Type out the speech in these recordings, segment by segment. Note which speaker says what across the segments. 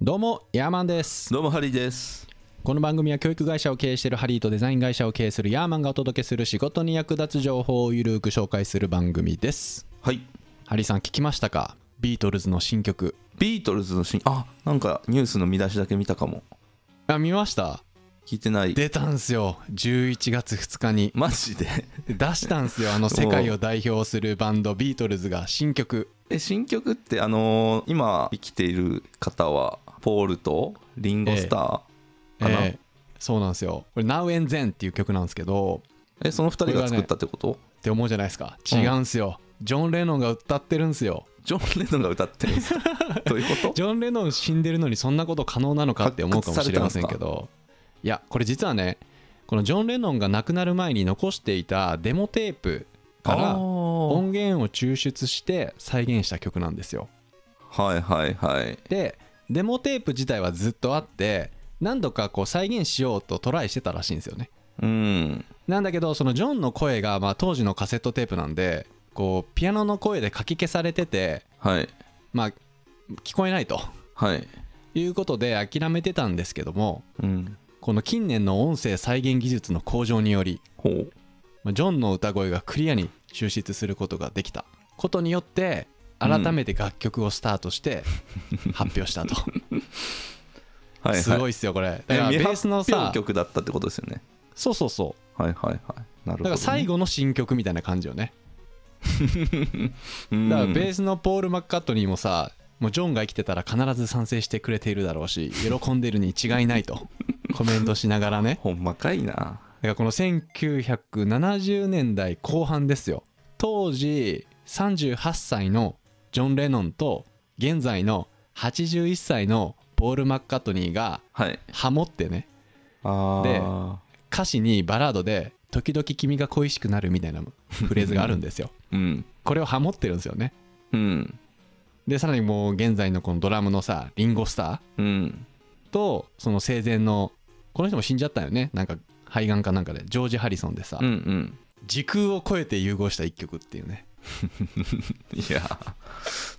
Speaker 1: どうもヤーマンです
Speaker 2: どうもハリーです
Speaker 1: この番組は教育会社を経営しているハリーとデザイン会社を経営するヤーマンがお届けする仕事に役立つ情報をゆるく紹介する番組です
Speaker 2: はい
Speaker 1: ハリーさん聞きましたかビートルズの新曲
Speaker 2: ビートルズの新あなんかニュースの見出しだけ見たかも
Speaker 1: あ見ました
Speaker 2: 聞いてない
Speaker 1: 出たんすよ11月2日に
Speaker 2: マジで
Speaker 1: 出したんすよあの世界を代表するバンドビートルズが新曲
Speaker 2: え新曲ってあのー今生きている方はポールとリンゴスターか
Speaker 1: え
Speaker 2: な、え
Speaker 1: ーそうなんですよこれ「Now and Then」っていう曲なんですけど
Speaker 2: その2人
Speaker 1: これはね
Speaker 2: が作ったってこと、
Speaker 1: って思うじゃないですか
Speaker 2: うん
Speaker 1: 違うんすよ、ジョン・レノンが歌ってるんすよ
Speaker 2: ジョン・レノンが歌 ってるんですかどういうこと
Speaker 1: ジョン・レノン死んでるのにそんなこと可能なのかって思うかもしれませんけ
Speaker 2: 発掘
Speaker 1: どいやこれ実はねこのジョン・レノンが亡くなる前に残していたデモテープか
Speaker 2: あ
Speaker 1: ら
Speaker 2: ー
Speaker 1: 音源を抽出して再現した曲なんですよ
Speaker 2: はいはいはい
Speaker 1: でデモテープ自体はずっとあって何度かこう再現しようとトライしてたらしいんですよね
Speaker 2: うん
Speaker 1: なんだけどそのジョンの声がまあ当時のカセットテープなんでこうピアノの声でかき消されてて
Speaker 2: はい
Speaker 1: まあ聞こえないと
Speaker 2: はい
Speaker 1: いうことで諦めてたんですけども
Speaker 2: うん
Speaker 1: この近年の音声再現技術の向上により
Speaker 2: ほう
Speaker 1: まあジョンの歌声がクリアに抽出することができたことによって改めて楽曲をスタートして発表した と、
Speaker 2: はいはい
Speaker 1: すごいっすよこれだ
Speaker 2: え
Speaker 1: からベ
Speaker 2: 未
Speaker 1: ースの
Speaker 2: 発
Speaker 1: さ
Speaker 2: 表曲だったってことですよね
Speaker 1: そうそうそう
Speaker 2: はいはいはいなるほど、
Speaker 1: だ
Speaker 2: ね、
Speaker 1: から最後の新曲みたいな感じよね
Speaker 2: うん
Speaker 1: だからベースのポール・マッカートニーもさもうジョンが生きてたら必ず賛成してくれているだろうし喜んでるに違いない とコメントしながらね
Speaker 2: ほんまかいな
Speaker 1: だからこの1970年代後半ですよ当時38歳のジョン・レノンと現在の81歳のポール・マッカートニーが
Speaker 2: はい
Speaker 1: ハモってね
Speaker 2: あ
Speaker 1: 歌詞にバラードで「時々君が恋しくなる」みたいな フレーズがあるんですよ
Speaker 2: でうん
Speaker 1: これをハモってるんですよね
Speaker 2: うん
Speaker 1: でさらにもう現在のこのドラムのさリンゴスター
Speaker 2: うん
Speaker 1: とその生前のこの人も死んじゃったよねなんか肺がんかなんかでジョージ・ハリソンでさ、
Speaker 2: うんうん
Speaker 1: 時空を超えて融合した一曲っていうね
Speaker 2: いや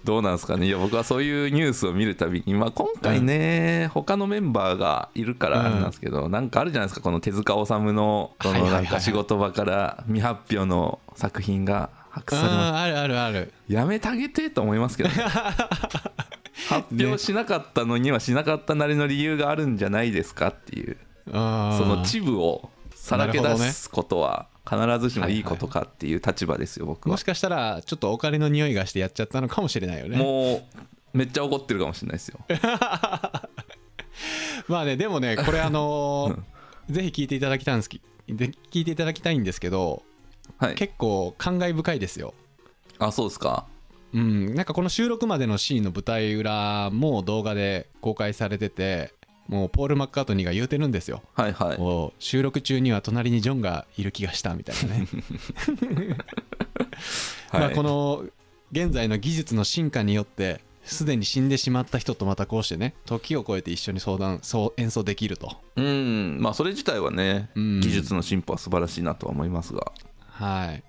Speaker 2: どうなんですかねいや僕はそういうニュースを見るたびに、まあ、今回ね、他のメンバーがいるからあれなんですけど、なんかあるじゃないですかこの手塚治虫のそ
Speaker 1: はいは
Speaker 2: の
Speaker 1: いは
Speaker 2: ないんか仕事場から未発表の作品が発
Speaker 1: う
Speaker 2: 掘
Speaker 1: ん
Speaker 2: されま
Speaker 1: あるあるある
Speaker 2: やめてあげてと思いますけ どね発表しなかったのにはしなかったなりの理由があるんじゃないですかっていう
Speaker 1: そ
Speaker 2: その秩父をさらけ
Speaker 1: なる
Speaker 2: 出
Speaker 1: ほどね
Speaker 2: すことは必ずしもいいことかっていう立場ですよ僕
Speaker 1: も
Speaker 2: は
Speaker 1: しかしたらちょっとお金の匂いがしてやっちゃったのかもしれないよね
Speaker 2: もうめっちゃ怒ってるかもしれないですよ
Speaker 1: まあねでもねこれあ のーぜひ聞いていただきたいんですきで聞いていただきたいんですけど
Speaker 2: はい
Speaker 1: 結構感慨深いですよ
Speaker 2: あそうですか
Speaker 1: うん、なんかこの収録までのシーンの舞台裏も動画で公開されててもうポール・マッカートニーが言うてるんですよ、
Speaker 2: はいはい
Speaker 1: もう収録中には隣にジョンがいる気がしたみたいなね、ま
Speaker 2: は
Speaker 1: あ
Speaker 2: い
Speaker 1: この現在の技術の進化によってすでに死んでしまった人とまたこうしてね時を超えて一緒に相談そう演奏できると
Speaker 2: うんまあそれ自体はね
Speaker 1: うん
Speaker 2: 技術の進歩は素晴らしいなとは思いますが
Speaker 1: はい、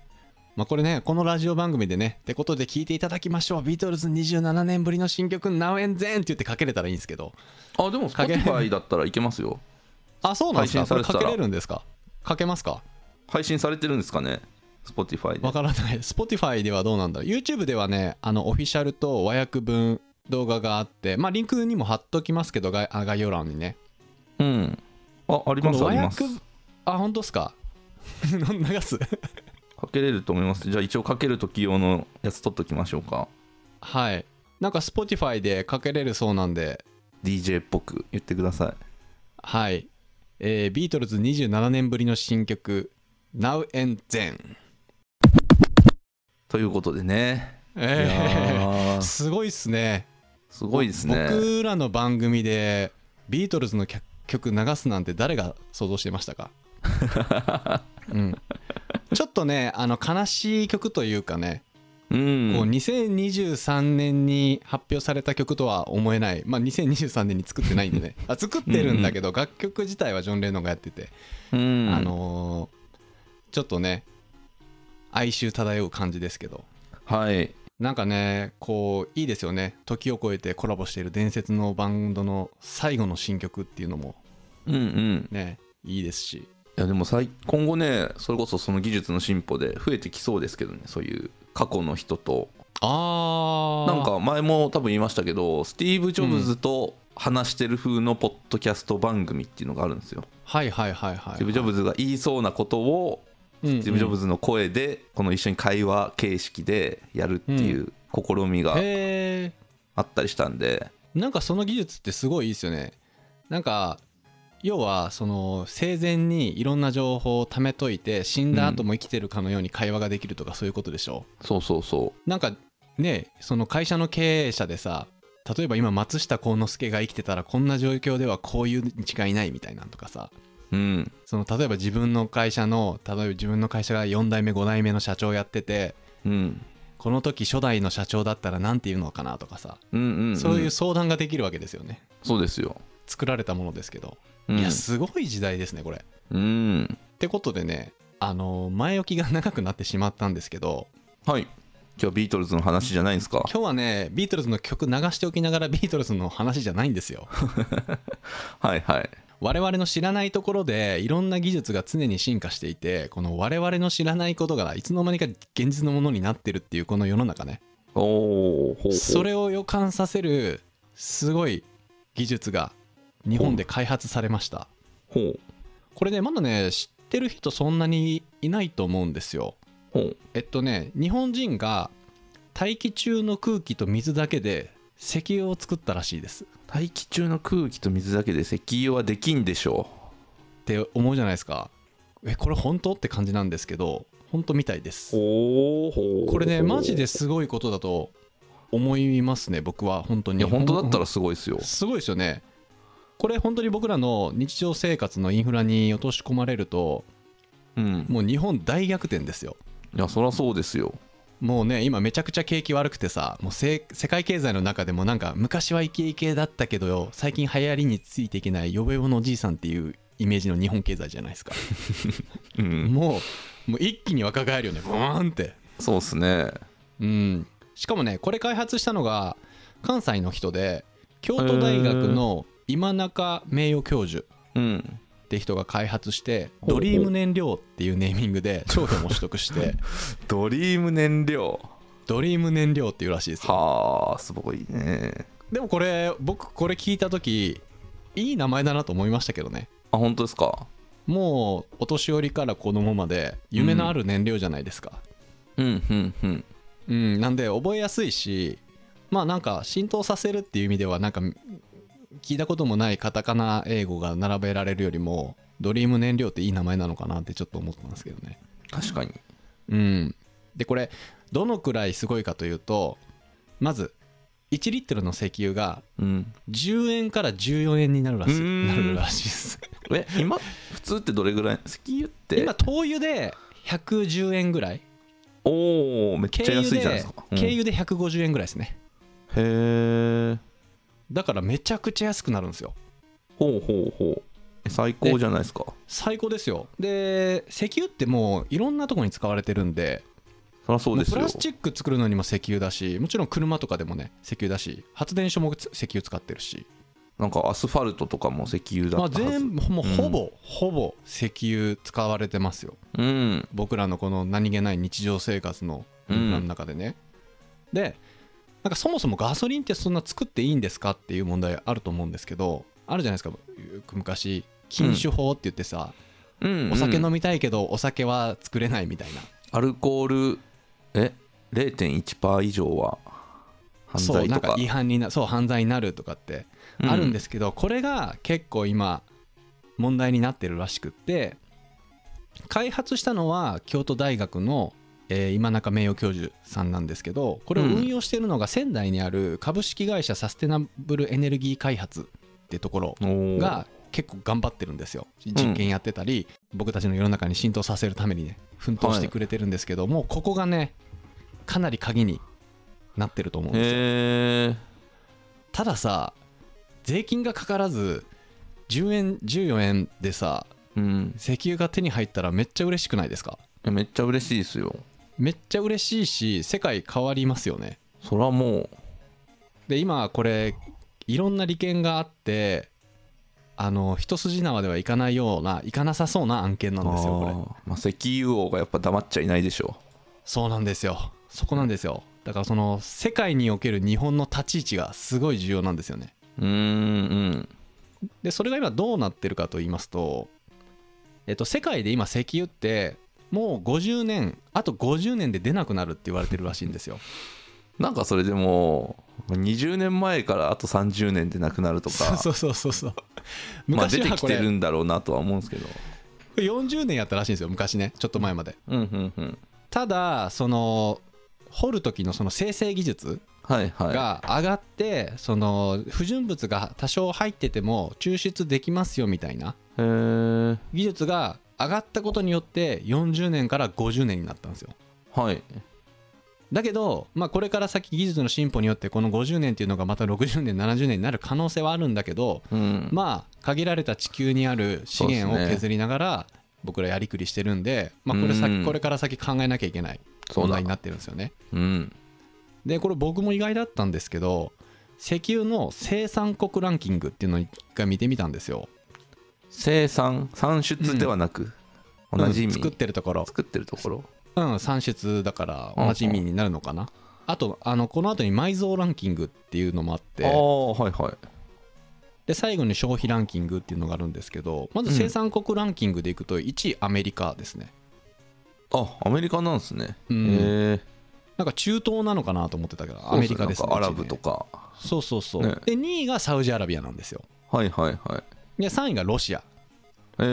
Speaker 1: まあ、これねこのラジオ番組でねってことで聞いていただきましょうビートルズ27年ぶりの新曲「Now and Then」って言ってかけれたらいいんですけど
Speaker 2: あでも
Speaker 1: かけ
Speaker 2: Spotify だったらいけますよ
Speaker 1: あそうなんですか
Speaker 2: 配信されてたら
Speaker 1: これかけれるんですかかけますか
Speaker 2: 配信されてるんですかね Spotify
Speaker 1: わ
Speaker 2: で
Speaker 1: からない Spotify ではどうなんだろう YouTube ではねあのオフィシャルと和訳分動画があってまあリンクにも貼っときますけど概あ概要欄にね
Speaker 2: うんああり
Speaker 1: こ
Speaker 2: ま
Speaker 1: の
Speaker 2: す
Speaker 1: 和
Speaker 2: あります
Speaker 1: 訳あ本当ですか 流す
Speaker 2: かけれると思いますじゃあ一応かける時用のやつ取っときましょうか
Speaker 1: はいなんか Spotify でかけれるそうなんで
Speaker 2: DJ っぽく言ってください
Speaker 1: はい、えー、ビートルズ27年ぶりの新曲「Now and Then
Speaker 2: ということでね、」い
Speaker 1: えー、
Speaker 2: やー
Speaker 1: すごいっすね
Speaker 2: すごいですね
Speaker 1: 僕らの番組でビートルズの曲曲流すなんて誰が想像してましたか、 うん、ちょっとねあの悲しい曲というかね、
Speaker 2: う
Speaker 1: こうん2023年に発表された曲とは思えない、まあ、2023年に作ってないんで ねあ作ってるんだけど楽曲自体はジョン・レノンがやってて、
Speaker 2: うん
Speaker 1: あのーちょっとね哀愁漂う感じですけど
Speaker 2: はい
Speaker 1: なんかねこういいですよね時を超えてコラボしている伝説のバンドの最後の新曲っていうのも
Speaker 2: うんうん
Speaker 1: ねいいですし
Speaker 2: いやでも最今後ねそれこそその技術の進歩で増えてきそうですけどねそういう過去の人と
Speaker 1: あー
Speaker 2: なんか前も多分言いましたけどスティーブ・ジョブズと話してる風のポッドキャスト番組っていうのがあるんですよ、
Speaker 1: はいはいはいはい、
Speaker 2: スティーブ・ジョブズが言いそうなことを
Speaker 1: ブ
Speaker 2: スティーブ・ジョブ
Speaker 1: ズ
Speaker 2: ズの声でこの一緒に会話形式でやるっていう試みが
Speaker 1: へ
Speaker 2: あったりしたんで
Speaker 1: えんかその技術ってすごいいいですよねなんか要はその生前にいろんな情報を貯めといて死んだ後も生きてるかのように会話ができるとかそういうことでしょ
Speaker 2: そうそうそ
Speaker 1: なんかねその会社の経営者でさ例えば今松下幸之助が生きてたらこんな状況ではこういうに違いないみたいなんとかさ
Speaker 2: ううん
Speaker 1: その例えば自分の会社の例えば自分の会社が4代目5代目の社長やってて
Speaker 2: うん
Speaker 1: この時初代の社長だったら何て言うのかなとかさ
Speaker 2: うんうん、うん、
Speaker 1: そういう相談ができるわけですよね
Speaker 2: そうですよ、
Speaker 1: 作られたものですけど
Speaker 2: うん、
Speaker 1: いやすごい時代ですねこれ
Speaker 2: うん
Speaker 1: ってことでねあの前置きが長くなってしまったんですけど
Speaker 2: はい今日はビートルズの話じゃないんですか
Speaker 1: 今日はねビートルズの曲流しておきながらビ ートルズの話じゃないんですよ
Speaker 2: はいはい
Speaker 1: 我々の知らないところでいろんな技術が常に進化していてこの我々の知らないことがいつの間にか現実のものになってるっていうこの世の中ね
Speaker 2: おおほうほう
Speaker 1: それを予感させるすごい技術が日本で開発されました
Speaker 2: ほう
Speaker 1: これねまだね知ってる人そんなにいないと思うんですよ
Speaker 2: ほう
Speaker 1: えっとね日本人が大気中の空気と水だけで石油を作ったらしいですっ
Speaker 2: 大気中の空気と水だけで石油はできんでしょ
Speaker 1: て思うじゃないですかえこれ本当って感じなんですけど本当みたいです
Speaker 2: うおお
Speaker 1: これねマジですすごいことだと思いますね僕は本当
Speaker 2: い
Speaker 1: に
Speaker 2: や本当だった
Speaker 1: ら
Speaker 2: らすごいですよ
Speaker 1: すごいですよねこれ本当に僕らの日常生活のインフラに落とし込まれると
Speaker 2: うん
Speaker 1: もう日本大逆転ですよ
Speaker 2: いやそりゃそうですよ
Speaker 1: もうね今めちゃくちゃ景気悪くてさもうせ世界経済の中でもなんか昔はイケイケだったけどよ最近流行りについていけないヨボヨボのおじいさんっていうイメージの日本経済じゃないです か
Speaker 2: うん
Speaker 1: もうもう一気に若返るよねブーンって
Speaker 2: そうっすね
Speaker 1: うん、しかもねこれ開発したのが関西の人で京都大学の今中名誉教授
Speaker 2: うん
Speaker 1: って人が開発して「
Speaker 2: ほう
Speaker 1: ドリーム燃料」っていうネーミングで商標も取得して
Speaker 2: ドリーム燃料
Speaker 1: ドリーム燃料っていうらしいですよ
Speaker 2: はあすごいね
Speaker 1: でもこれ僕これ聞いた時いい名前だなと思いましたけどね
Speaker 2: あ本当ですか
Speaker 1: もうお年寄りから子供まで夢のある燃料じゃないですか、
Speaker 2: うんうんうん
Speaker 1: うん、なんで覚えやすいしまあなんか浸透させるっていう意味ではなんか聞いたこともないカタカナ英語が並べられるよりもドリーム燃料っていい名前なのかなってちょっと思ったんですけどね
Speaker 2: 確かに
Speaker 1: うんでこれどのくらいすごいかというとまず1リットルの石油が
Speaker 2: うん
Speaker 1: 10円から14円になるらし
Speaker 2: うー
Speaker 1: い
Speaker 2: ん
Speaker 1: なるらしいです
Speaker 2: え今普通ってどれぐらい石油って
Speaker 1: 今灯油で110円ぐらい
Speaker 2: おおめっち
Speaker 1: 軽
Speaker 2: ゃ
Speaker 1: 油
Speaker 2: 安いじゃないで
Speaker 1: です
Speaker 2: か、うん
Speaker 1: 軽油で150円ぐらいですね
Speaker 2: へえ
Speaker 1: だからめちゃくちゃ安くなるんですよ
Speaker 2: ほうほうほう最高じゃないですか
Speaker 1: 最高ですよで石油ってもういろんなとこに使われてるんで
Speaker 2: そりゃそう
Speaker 1: もう
Speaker 2: です
Speaker 1: プ
Speaker 2: よ
Speaker 1: ラスチック作るのにも石油だしもちろん車とかでもね石油だし発電所もつ石油使ってるし、
Speaker 2: なんかアスファルトとかも石油だ
Speaker 1: まあ、
Speaker 2: ったはず、
Speaker 1: 全部もうほぼ、ほぼ石油使われてますよ
Speaker 2: うん
Speaker 1: 僕らのこの何気ない日常生活のインフラの中でね、でなんかそもそもガソリンってそんな作っていいんですかっていう問題あると思うんですけどあるじゃないですかよく昔禁酒法って言ってさ、
Speaker 2: うん
Speaker 1: お酒飲みたいけどお酒は作れないみたいな
Speaker 2: アルコールえ0.1%以上は犯
Speaker 1: そう
Speaker 2: 罪
Speaker 1: なん
Speaker 2: と
Speaker 1: か
Speaker 2: か、
Speaker 1: 違反になそう犯罪になるとかってあるんですすけど、これが結構今問題になってるらしくって開発したのは京都大学の、えー今中名誉教授さんなんですけどこれを運用してるのが仙台にある株式会社サステナブルエネルギー開発ってところ
Speaker 2: うん、
Speaker 1: が結構頑張ってるんですよ実験やってたり、僕たちの世の中に浸透させるためにね奮闘してくれてるんですけど、もうここがねかなり鍵になってると思うん
Speaker 2: おー
Speaker 1: ですよ
Speaker 2: へえ
Speaker 1: たださ税金がかからず10円14円でさ
Speaker 2: うん
Speaker 1: 石油が手に入ったらめっちゃ嬉しくないですか
Speaker 2: いやめっちゃ嬉しいですよ
Speaker 1: めっちゃ嬉しいし世界変わりますよね
Speaker 2: それはもう
Speaker 1: で今これいろんな利権があってあの一筋縄ではいかないようないかなさそうな案件なんですよこれ
Speaker 2: あーまあ、石油王がやっぱ黙っちゃいないでしょ
Speaker 1: そうなんですよそこなんですよだからその世界における日本の立ち位置がすごい重要なんですよね
Speaker 2: ううーん
Speaker 1: でそれが今どうなってるかと言いますと、えっと、世界で今石油ってもう50年あと50年で出なくなるって言われてるらしいんですよ
Speaker 2: うんなんかそれでも20年前からあと30年でなくなるとか
Speaker 1: そうそうそうそうそう
Speaker 2: まあ、出
Speaker 1: 昔
Speaker 2: て
Speaker 1: は
Speaker 2: き
Speaker 1: こ
Speaker 2: て
Speaker 1: れ
Speaker 2: るんだろうなとは思うんですけど
Speaker 1: 40年やったらしいんですよ昔ねちょっと前まで
Speaker 2: うんうんうん
Speaker 1: ただその掘る時のその生成技術
Speaker 2: はいはい
Speaker 1: が上がってその不純物が多少入ってても抽出できますよみたいな
Speaker 2: へえ
Speaker 1: 技術が上がったことによって40年から50年になったんですよ
Speaker 2: はい
Speaker 1: だけど、まあ、これから先技術の進歩によってこの50年っていうのがまた60年70年になる可能性はあるんだけど
Speaker 2: うん
Speaker 1: まあ限られた地球にある資源を削りながら僕らやりくりしてるんで、まあ、これ
Speaker 2: う
Speaker 1: 先
Speaker 2: ん
Speaker 1: これから先考えなきゃいけない
Speaker 2: そう
Speaker 1: 問
Speaker 2: だ
Speaker 1: 題になってるんですよね。
Speaker 2: うん
Speaker 1: でこれ僕も意外だったんですけど石油の生産国ランキングっていうのを一回見てみたんですよ。
Speaker 2: 生産産出ではなく、同じ意味、
Speaker 1: うん作ってるところ
Speaker 2: 作ってるところ
Speaker 1: うん、産出だから
Speaker 2: うん
Speaker 1: 同じ意味になるのかな。あとあのこの後に埋蔵ランキングっていうのもあっ
Speaker 2: あ
Speaker 1: て
Speaker 2: あはいはい
Speaker 1: で最後に消費ランキングっていうのがあるんですけどまず
Speaker 2: うん
Speaker 1: 生産国ランキングでいくと1位アメリカですね。
Speaker 2: あアメリカなんですね、
Speaker 1: うん
Speaker 2: へえ
Speaker 1: なんか中東なのかなと思ってたけどアメリカですね。
Speaker 2: アラブ
Speaker 1: 1
Speaker 2: と
Speaker 1: 位ね
Speaker 2: か
Speaker 1: そうそうそう。
Speaker 2: ね
Speaker 1: で2位がサウジアラビアなんですよ。
Speaker 2: はいはいはい
Speaker 1: で3位がロシア。
Speaker 2: え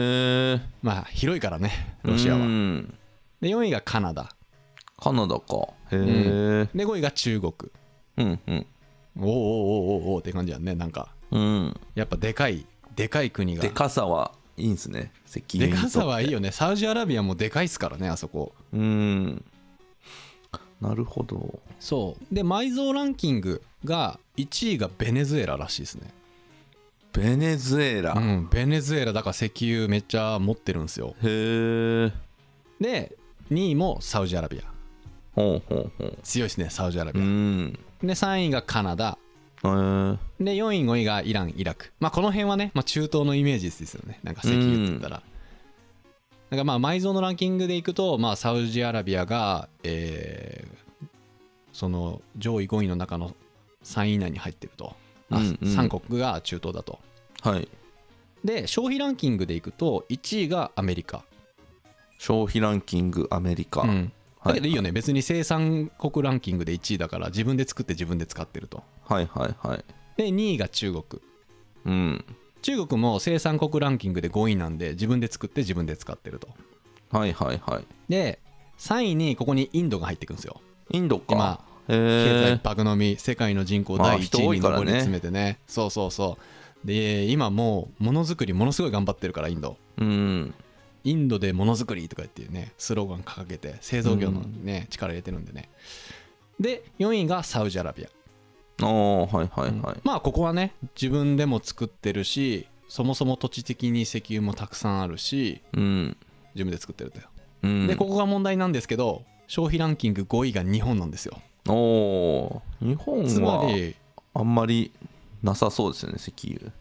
Speaker 2: ー、
Speaker 1: まあ広いからねロシア
Speaker 2: う
Speaker 1: は。
Speaker 2: ん
Speaker 1: で4位がカナダ。
Speaker 2: カナダかへえ
Speaker 1: で5位が中国
Speaker 2: うんう
Speaker 1: おー
Speaker 2: ん
Speaker 1: おーおーおーおーって感じやんねなんか
Speaker 2: うん
Speaker 1: やっぱでかいでかい国が
Speaker 2: でかさはいいんすね石油
Speaker 1: でかさはいい
Speaker 2: よ
Speaker 1: よねサウジアラビアもでかいっすからねあそこ
Speaker 2: うんなるほど
Speaker 1: そうで埋蔵ランキングが1位がベネズエラらしいですね
Speaker 2: ベネズエラ、
Speaker 1: う
Speaker 2: へ
Speaker 1: んベネズエラだから石油めっちゃ持ってるんですよ
Speaker 2: え
Speaker 1: で2位もサウジアラビア
Speaker 2: ほうほうほう
Speaker 1: 強いですねサウジアラ
Speaker 2: う
Speaker 1: ビア、
Speaker 2: ん
Speaker 1: で3位がカナダ
Speaker 2: へー
Speaker 1: で4位5位がイランイラクまあこの辺はね、まあ、中東のイメージですよねなんか石油って言ったら、なんかまあ埋蔵のランキングでいくと、まあ、サウジアラビアが、えーその上位5位の中の3位以内に入ってると、あ
Speaker 2: うんうん
Speaker 1: 3国が中東だと
Speaker 2: はい
Speaker 1: で消費ランキングでいくと1位がアメリカ
Speaker 2: 消費ランキングアメリカ、
Speaker 1: うんだ
Speaker 2: はい
Speaker 1: けどいいよね、別に生産国ランキングで1位だから自分で作って自分で使ってると
Speaker 2: はいはいはい
Speaker 1: で2位が中国
Speaker 2: うん
Speaker 1: 中国も生産国ランキングで5位なんで自分で作って自分で使ってると
Speaker 2: はいはいはい
Speaker 1: で3位にここにインドが入ってくるんですよ
Speaker 2: インドか
Speaker 1: 今
Speaker 2: へ
Speaker 1: 経
Speaker 2: え
Speaker 1: 済爆飲み世界の人口第1位に上り詰めてねそうそうそうで今もうものづくりものすごい頑張ってるからインド
Speaker 2: うん
Speaker 1: インドでものづくりとか言ってねスローガン掲げて製造業のね、力入れてるんでねで4位がサウジアラビア、
Speaker 2: ああはいはいはい、
Speaker 1: まあここはね自分でも作ってるしそもそも土地的に石油もたくさんあるし
Speaker 2: うん
Speaker 1: 自分で作ってるとよ
Speaker 2: うん、
Speaker 1: でここが問題なんですけど消費ランキング5位が日本なんですよ
Speaker 2: おー日本
Speaker 1: つま
Speaker 2: は
Speaker 1: り
Speaker 2: あんまりなさそうですよね石油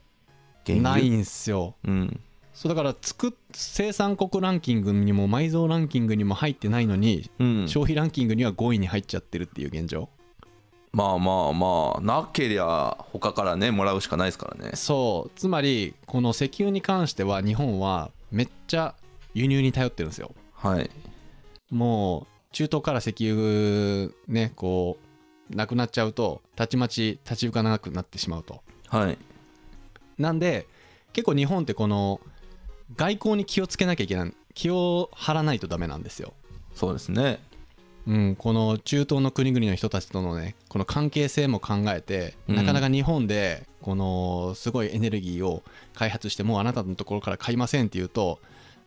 Speaker 2: 原油
Speaker 1: ないんすよ
Speaker 2: うん
Speaker 1: そうだから作っ生産国ランキングにも埋蔵ランキングにも入ってないのに、
Speaker 2: うん、
Speaker 1: 消費ランキングには5位に入っちゃってるっていう現状
Speaker 2: まあまあまあなけりゃ他からねもらうしかないですからね
Speaker 1: そうつまりこの石油に関しては日本はめっちゃ輸入に頼ってるんですよ
Speaker 2: はい
Speaker 1: もう中東から石油ねこうなくなっちゃうとたちまち立ち行かなくなってしまうと
Speaker 2: はい
Speaker 1: なんで結構日本ってこの外交に気をつけなきゃいけない気を張らないとダメなんですよ、
Speaker 2: そうですね
Speaker 1: うん、この中東の国々の人たちとのねこの関係性も考えて、
Speaker 2: うん
Speaker 1: なかなか日本でこのすごいエネルギーを開発してもうあなたのところから買いませんって言うと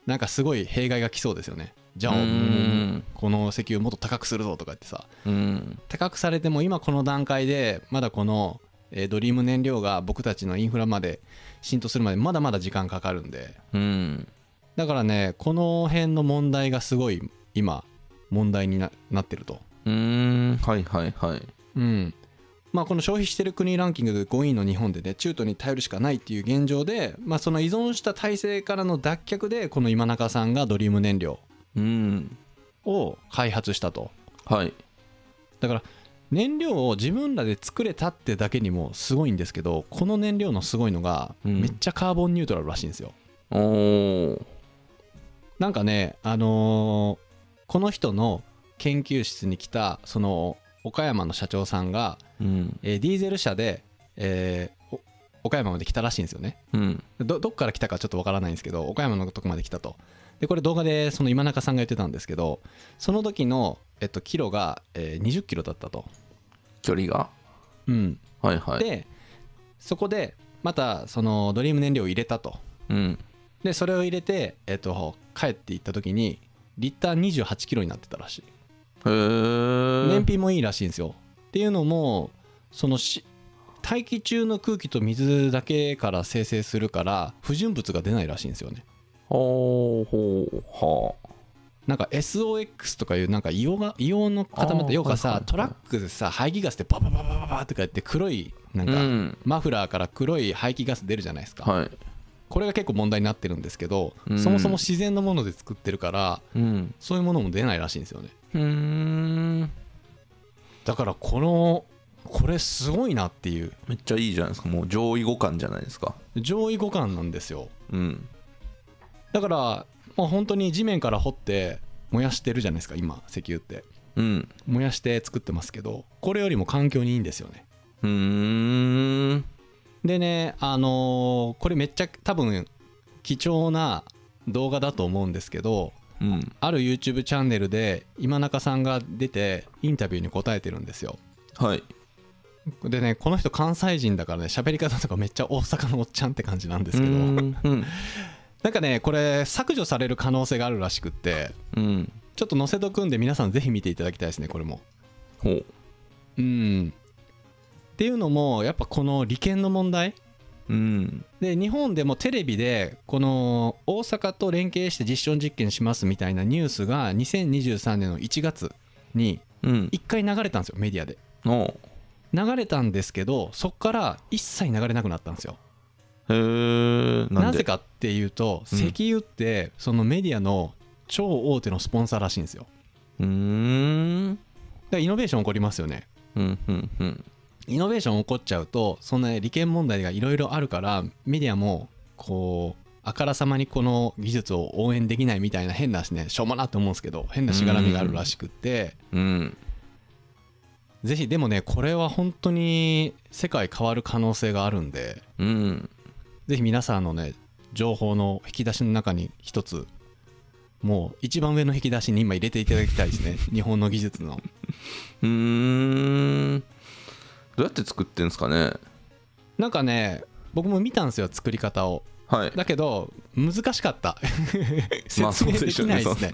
Speaker 1: なんかすごい弊害が来そうですよねじゃあ
Speaker 2: うん
Speaker 1: うんこの石油もっと高くするぞとか言ってさ
Speaker 2: うん
Speaker 1: 高くされても今この段階でまだこの、えードリーム燃料が僕たちのインフラまで浸透するまでまだまだ時間かかるんで
Speaker 2: うん
Speaker 1: だからねこの辺の問題がすごい今問題にななってると、
Speaker 2: うーんはいはいはい
Speaker 1: うんまあ、この消費してる国ランキングで5位の日本でね中途に頼るしかないっていう現状で、まあ、その依存した体制からの脱却でこの今中さんがドリーム燃料
Speaker 2: うん
Speaker 1: を開発したと
Speaker 2: はい
Speaker 1: だから燃料を自分らで作れたってだけにもすごいんですけどこの燃料のすごいのが
Speaker 2: うん
Speaker 1: めっちゃカーボンニュートラルらしいんですよ、
Speaker 2: おー
Speaker 1: なんかねあのーこの人の研究室に来たその岡山の社長さんが、
Speaker 2: うん
Speaker 1: えーディーゼル車で、えーお岡山まで来たらしいんですよね
Speaker 2: うん
Speaker 1: どどっから来たかちょっとわからないんですけど岡山のとこまで来たとでこれ動画でその今中さんが言ってたんですけどその時の、えっと、キロが、え2 0キロだったと、
Speaker 2: 距離が
Speaker 1: うん、
Speaker 2: はいはい
Speaker 1: でそこでまたそのドリーム燃料を入れたと
Speaker 2: うん
Speaker 1: でそれを入れて、えっと、帰っていった時にリッター2 8キロになってたらしい
Speaker 2: へえ
Speaker 1: 燃費もいいらしいんですよっていうのもそのし大気中の空気と水だけから生成するから不純物が出ないらしいんですよね
Speaker 2: ほうほうはあ
Speaker 1: なんか SOX とかいうなんか硫黄が硫黄の固まっ
Speaker 2: あ
Speaker 1: た
Speaker 2: ー
Speaker 1: 要は
Speaker 2: はいは
Speaker 1: さ
Speaker 2: い
Speaker 1: トラックでさ排気ガスでババババババとかやって黒いなん
Speaker 2: う
Speaker 1: か
Speaker 2: ん
Speaker 1: マフラーから黒い排気ガス出るじゃないですか
Speaker 2: はい
Speaker 1: これが結構問題になってるんですけど
Speaker 2: うん
Speaker 1: そもそも自然のもので作ってるから
Speaker 2: うん
Speaker 1: そういうものも出ないらしいんですよね
Speaker 2: うーん
Speaker 1: だからこのこれすごいなっていう
Speaker 2: めっちゃいいじゃないですかもう上位互換じゃないですか
Speaker 1: 上位互換なんですよ
Speaker 2: うん
Speaker 1: だからもう本当に地面から掘って燃やしてるじゃないですか今石油って
Speaker 2: うん
Speaker 1: 燃やして作ってますけどこれよりも環境にいいんですよね
Speaker 2: うーん
Speaker 1: でねあのーこれめっちゃ多分貴重な動画だと思うんですけど
Speaker 2: うん
Speaker 1: ある YouTube チャンネルで今中さんが出てインタビューに答えてるんですよ
Speaker 2: はい
Speaker 1: でねこの人関西人だからね喋り方とかめっちゃ大阪のおっちゃんって感じなんで
Speaker 2: です
Speaker 1: けど
Speaker 2: うん
Speaker 1: なんかねこれ削除される可能性があるらしくって
Speaker 2: うん
Speaker 1: ちょっと載せとくんで皆さんぜひ見ていただきたいですねこれも
Speaker 2: ほう
Speaker 1: うんっていうのもやっぱこの利権の問題
Speaker 2: うん
Speaker 1: で日本でもテレビでこの大阪と連携して実証実験しますみたいなニュースが2023年の1月に
Speaker 2: うん
Speaker 1: 1回流れたんですよメディアで
Speaker 2: おう
Speaker 1: 流れたんですけどそこから一切流れなくなったんですよ
Speaker 2: へえ
Speaker 1: な
Speaker 2: なんで
Speaker 1: ぜかっていうと
Speaker 2: うん
Speaker 1: 石油ってそのメディアの超大手のスポンサーらしいんですよ
Speaker 2: うーん
Speaker 1: だからイノベーション起こりますよね
Speaker 2: うんうんうん
Speaker 1: イノベーション起こっちゃうとそんな利権問題がいろいろあるからメディアもこうあからさまにこの技術を応援できないみたいな変なしねしょうもなと思うんですけど変なしがらみがあるらしくって
Speaker 2: うん
Speaker 1: ぜひでもねこれは本当に世界変わる可能性があるんで
Speaker 2: うん
Speaker 1: ぜひ皆さんのね情報の引き出しの中に一つもう一番上の引き出しに今入れていただきたいです ね日本の技術の
Speaker 2: うーんどうやって作ってんすかね
Speaker 1: なんかね僕も見たんですよ作り方を
Speaker 2: はい
Speaker 1: だけど難しかった
Speaker 2: まあ
Speaker 1: 説明できないで
Speaker 2: そう
Speaker 1: す
Speaker 2: でし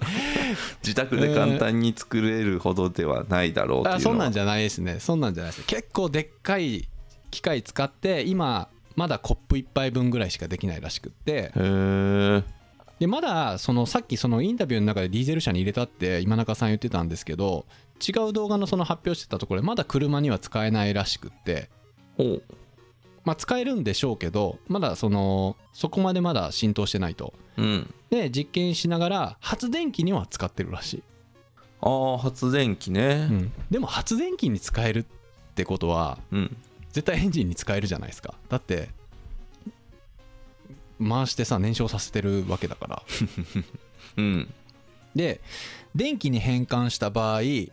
Speaker 1: ね
Speaker 2: ょうね自宅で簡単に作れるほどではないだろうっていうのは
Speaker 1: あそんなんじゃないですねそんなんじゃないです結構でっかい機械使って今まだコップ1杯分ぐらいしかできないらしくって
Speaker 2: へえ
Speaker 1: でまだそのさっきそのインタビューの中でディーゼル車に入れたって今中さん言ってたんですけど違う動画のその発表してたところでまだ車には使えないらしくって
Speaker 2: ほう
Speaker 1: まあ使えるんでしょうけどまだそのそこまでまだ浸透してないと
Speaker 2: うん
Speaker 1: で実験しながら発電機には使ってるらしい
Speaker 2: あー発電機ね
Speaker 1: うんでも発電機に使えるってことは
Speaker 2: うん
Speaker 1: 絶対エンジンに使えるじゃないですかだって回してさ燃焼させてるわけだから
Speaker 2: うん
Speaker 1: で電気に変換した場合、えー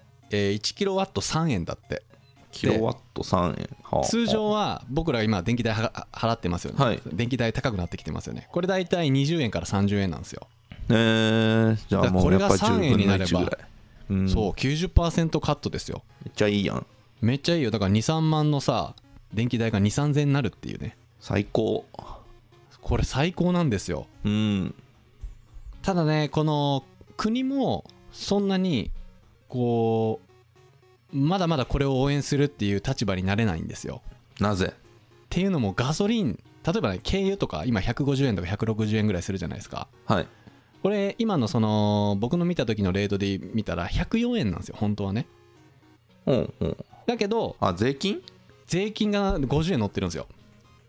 Speaker 1: 1kW3 円だって
Speaker 2: キロワット3円はあ
Speaker 1: 通常は僕ら今電気代は払ってますよね、
Speaker 2: はい
Speaker 1: 電気代高くなってきてますよねこれ大体20円から30円なんですよ、
Speaker 2: えー、じゃあもうやっぱ
Speaker 1: だからこれが3円
Speaker 2: 10
Speaker 1: に
Speaker 2: 分
Speaker 1: な
Speaker 2: の
Speaker 1: れば
Speaker 2: 1ぐらい、うん、
Speaker 1: そう90%カットですよ
Speaker 2: めっちゃいいやん
Speaker 1: めっちゃいいよだから23万のさ電気代が23000になるっていうね
Speaker 2: 最高
Speaker 1: これ最高なんですよ
Speaker 2: うん
Speaker 1: ただねこの国もそんなにこうまだまだこれを応援するっていう立場になれないんですよ
Speaker 2: なぜ
Speaker 1: っていうのもガソリン例えばね軽油とか今150円とか160円ぐらいするじゃないですか
Speaker 2: はい
Speaker 1: これ今のその僕の見た時のレートで見たら104円なんですよ本当はね
Speaker 2: うんうん
Speaker 1: だけど
Speaker 2: あ税金
Speaker 1: 税金が50円乗ってるんですよ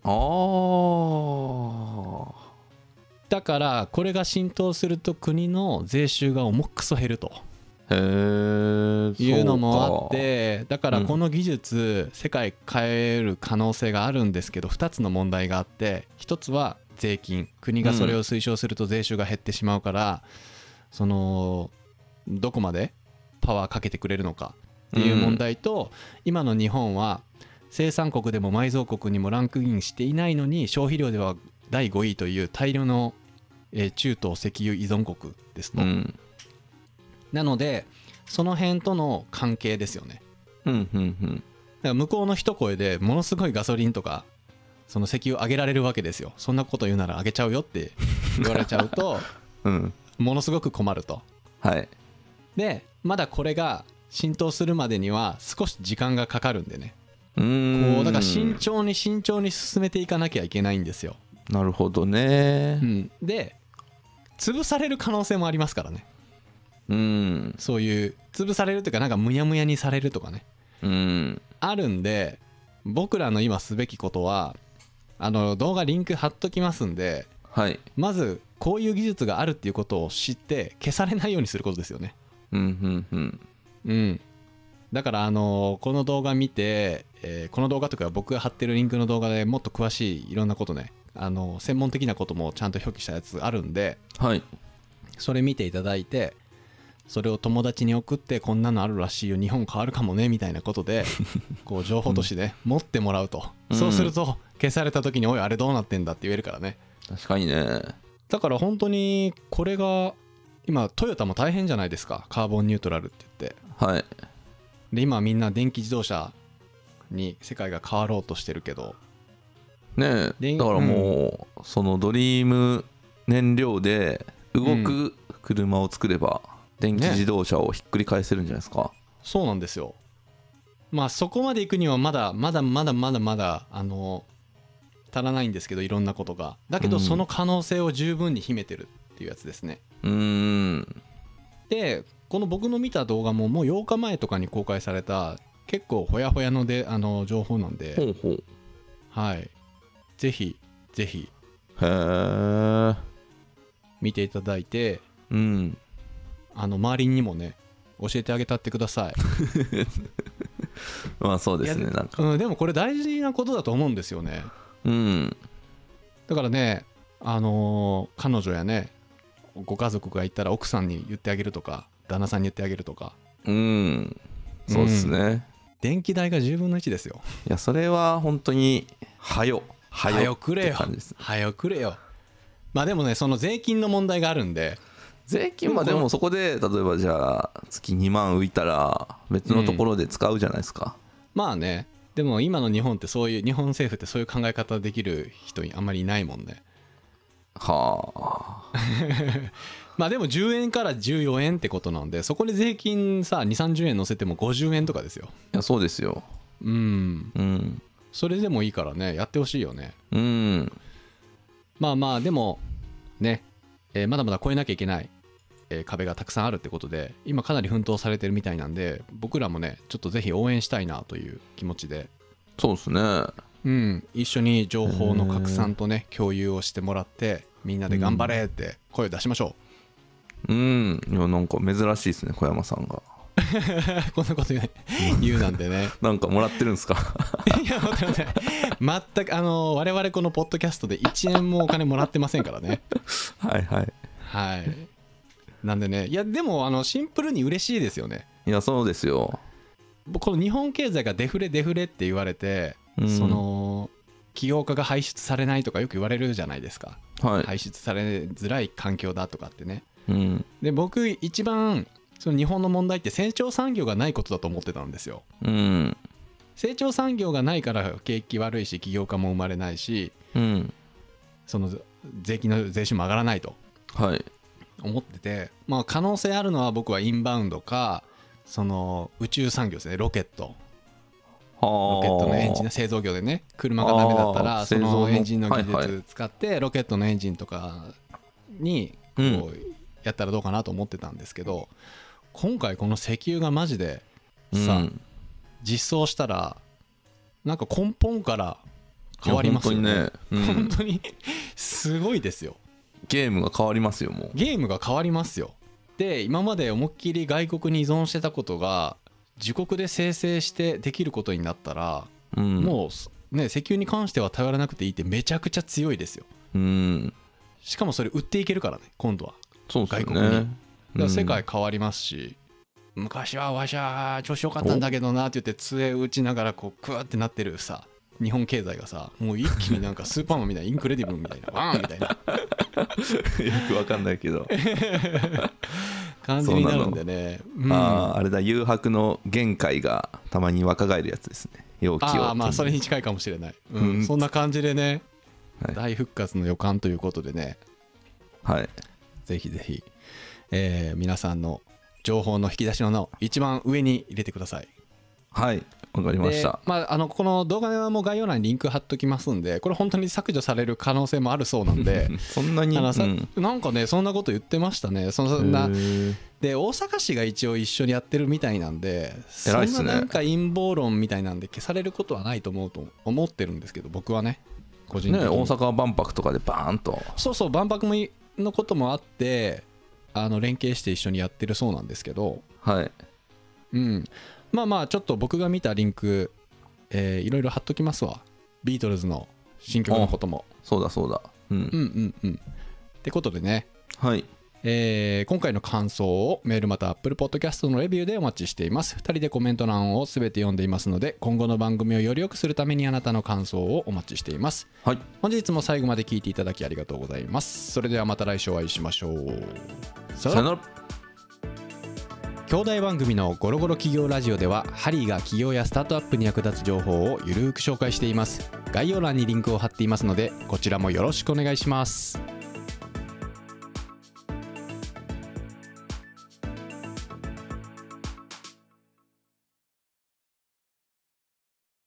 Speaker 2: あー
Speaker 1: だからこれが浸透すると国の税収が重くそ減ると
Speaker 2: へーそう
Speaker 1: いうの
Speaker 2: か
Speaker 1: もあってだから
Speaker 2: うん
Speaker 1: この技術、世界変える可能性があるんですけど2つの問題があって1つは税金国がそれを推奨すると税収が減ってしまうから、そのどこまでパワーかけてくれるのかっていう問題と、今の日本は生産国でも埋蔵国にもランクインしていないのに消費量では第5位という大量の、えー中東石油依存国ですと。
Speaker 2: うん
Speaker 1: なのでその辺との関係ですよね
Speaker 2: うんうんう
Speaker 1: だ
Speaker 2: ん
Speaker 1: から向こうの一声でものすごいガソリンとかその石油上げられるわけですよそんなこと言うなら上げちゃうよって言われちゃう と
Speaker 2: うん
Speaker 1: ものすごく困ると
Speaker 2: はい
Speaker 1: でまだこれが浸透するまでには少し時間がかかるんでね
Speaker 2: うーん
Speaker 1: こうだから慎重に慎重に進めていかなきゃいけないんですよ、
Speaker 2: なるほどね
Speaker 1: うん、で潰される可能性もありますからね
Speaker 2: うん
Speaker 1: そういう潰されるというかなんかむやむやにされるとかね
Speaker 2: うん
Speaker 1: あるんで僕らの今すべきことはあの動画リンク貼っときますんで
Speaker 2: はい
Speaker 1: まずこういう技術があるっていうことを知って消されないようにすることですよね
Speaker 2: うんうんうん
Speaker 1: うんだからあのこの動画見て、えーこの動画とか僕が貼ってるリンクの動画でもっと詳しいいろんなことねあの専門的なこともちゃんと表記したやつあるんで
Speaker 2: はい
Speaker 1: それ見ていただいてそれを友達に送ってこんなのあるらしいよ日本変わるかもねみたいなこと でこう情報としてね、持ってもらうと、
Speaker 2: うん
Speaker 1: そうすると消された時に「おいあれどうなってんだ」って言えるからね
Speaker 2: 確かにね
Speaker 1: だから本当にこれが今トヨタも大変じゃないですかカーボンニュートラルって言って
Speaker 2: はい
Speaker 1: で今みんな電気自動車に世界が変わろうとしてるけど
Speaker 2: ね
Speaker 1: で
Speaker 2: えだからもう、そのドリーム燃料で動く車を作れば電気
Speaker 1: ね
Speaker 2: 自動車をひっくり返せるんじゃないですか、
Speaker 1: そうなんですよまあそこまで行くにはまだまだまだまだまだあの足らないんですけどいろんなことがだけど
Speaker 2: うん
Speaker 1: その可能性を十分に秘めてるっていうやつですね、
Speaker 2: うーん
Speaker 1: でこの僕の見た動画ももう8日前とかに公開された結構ほやほやのであの情報なんで、
Speaker 2: ほうほう
Speaker 1: はいぜひぜひ
Speaker 2: へえ
Speaker 1: 見ていただいて
Speaker 2: うん
Speaker 1: あの周りにもね教えてあげたってくださ い、
Speaker 2: まあそうですね
Speaker 1: い
Speaker 2: なんか
Speaker 1: うん、でもこれ大事なことだと思うんですよね
Speaker 2: うん
Speaker 1: だからね、あのー彼女やね、ご家族がいたら奥さんに言ってあげるとか、旦那さんに言ってあげるとか、
Speaker 2: うんそうですね、い
Speaker 1: 電気代が10分の1ですよ。
Speaker 2: やそれは本当にはよは
Speaker 1: 早
Speaker 2: よ
Speaker 1: よくれ
Speaker 2: って
Speaker 1: よ
Speaker 2: 感じで す。
Speaker 1: 早よくれよ。まあでもね、その税金の問題があるんで、
Speaker 2: 税金まあ
Speaker 1: で
Speaker 2: で
Speaker 1: もこの
Speaker 2: もそこで例えばじゃあ月2万浮いたら別のところで使うじゃないですか、
Speaker 1: まあね、でも今の日本ってそういう、日本政府ってそういう考え方できる人あんまりいないもんね。
Speaker 2: はあ
Speaker 1: まあでも10円から14円ってことなんで、そこに税金さ、2、30円乗せても50円とかですよ。
Speaker 2: いやそうですよ
Speaker 1: うん。
Speaker 2: うん
Speaker 1: それでもいいからね、やってほしいよね。
Speaker 2: うん
Speaker 1: まあまあでもね、えーまだまだ越えなきゃいけない、えー壁がたくさんあるってことで今かなり奮闘されてるみたいなんで僕らもねちょっとぜひ応援したいなという気持ちで、
Speaker 2: そうですね
Speaker 1: うん、一緒に情報の拡散とね共有をしてもらってみんなで頑張れって声を出しましょ
Speaker 2: うんいやなんか珍しいですね小山さんが
Speaker 1: う、 こんなこと言う言うなんでね
Speaker 2: なんかもらってるんです か
Speaker 1: いや待って待って全くあの我々このポッドキャストで1円もお金もらってませんからね
Speaker 2: はいはい
Speaker 1: はいなんでねいやでもあのシンプルに嬉しいですよね
Speaker 2: いやそうですよ
Speaker 1: この日本経済がデフレデフレって言われて、
Speaker 2: うん
Speaker 1: その起業家が排出されないとかよく言われるじゃないですか
Speaker 2: はい、
Speaker 1: 排出されづらい環境だとかってね
Speaker 2: うん
Speaker 1: で僕一番その日本の問題って成長産業がないことだと思ってたんですよ
Speaker 2: うん
Speaker 1: 成長産業がないから景気悪いし起業家も生まれないし
Speaker 2: うん
Speaker 1: その税金の税収も上がらないと
Speaker 2: はい
Speaker 1: 思っててまあ可能性あるのは僕はインバウンドかその宇宙産業ですねロケットロ
Speaker 2: ロ
Speaker 1: ケットのエンジンの製造業でね車がダメだった
Speaker 2: あ
Speaker 1: ら
Speaker 2: ー
Speaker 1: そ
Speaker 2: 製造
Speaker 1: の
Speaker 2: の
Speaker 1: エンジンの技
Speaker 2: はいは
Speaker 1: 術使ってロケットのエンジンとかにこ
Speaker 2: うん
Speaker 1: うやったらどうかなと思ってたんですけど今回この石油がマジでさ、
Speaker 2: うん
Speaker 1: 実装したらなんか根本から変わりますよ
Speaker 2: い
Speaker 1: ね。
Speaker 2: や本当にね、うん
Speaker 1: 本当にすごいですよ。
Speaker 2: ゲームが変わりますよもう
Speaker 1: ゲームが変わりますよ。で今まで思いっきり外国に依存してたことが自国で生成してできることになったら、
Speaker 2: うん
Speaker 1: もうね石油に関しては頼らなくていいってめちゃくちゃ強いですよ。
Speaker 2: うん
Speaker 1: しかもそれ売っていけるからね今度は。
Speaker 2: そうです
Speaker 1: 外
Speaker 2: よ
Speaker 1: 国に
Speaker 2: ね
Speaker 1: だから世界変わりますし、昔はわしゃ調子良かったんだけどなって言って杖打ちながらこうクワってなってるさ日本経済がさもう一気になんかスーパーマンみたいなインクレディブルみたいな ワーンみたいな
Speaker 2: うん よくわかんないけど、
Speaker 1: 感じになるんでね うん
Speaker 2: あーあれだ誘白の限界がたまに若返るやつですね容器を
Speaker 1: あーまあそれに近いかもしれない、うん
Speaker 2: うん
Speaker 1: そんな感じでね、
Speaker 2: はい
Speaker 1: 大復活の予感ということでね
Speaker 2: はい
Speaker 1: ぜひぜひ、えー皆さんの情報の引き出しの一番上に入れてください
Speaker 2: はいわかりました
Speaker 1: でまあ、あのこの動画も概要欄にリンク貼っときますんでこれ本当に削除される可能性もあるそうなん で
Speaker 2: そんなに
Speaker 1: あのさ
Speaker 2: うん
Speaker 1: なんかねそんなこと言ってましたねそのそんな
Speaker 2: へー
Speaker 1: で大阪市が一応一緒にやってるみたいなんでそ
Speaker 2: 偉いっ
Speaker 1: んな
Speaker 2: すね
Speaker 1: なんか陰謀論みたいなんで消されることはないと思うと思ってるんですけど僕はね個人
Speaker 2: ね、
Speaker 1: 的に、
Speaker 2: 大阪万博とかでバーンと
Speaker 1: そうそう万博もいのこともあってあの連携して一緒にやってるそうなんですけど
Speaker 2: はい
Speaker 1: うん、まあまあちょっと僕が見たリンク、えーいろいろ貼っときますわビートルズの新曲のことも
Speaker 2: そうだそうだうん、
Speaker 1: うんうんうんってことでね、
Speaker 2: はい
Speaker 1: えー今回の感想をメールまた Apple Podcast のレビューでお待ちしています2人でコメント欄を全て読んでいますので今後の番組をより良くするためにあなたの感想をお待ちしています
Speaker 2: はい
Speaker 1: 本日も最後まで聞いていただきありがとうございますそれではまた来週お会いしましょうさよなら
Speaker 2: さよなら
Speaker 1: 兄弟番組の「ゴロゴロ企業ラジオ」ではハリーが企業やスタートアップに役立つ情報をゆるーく紹介しています概要欄にリンクを貼っていますのでこちらもよろしくお願いします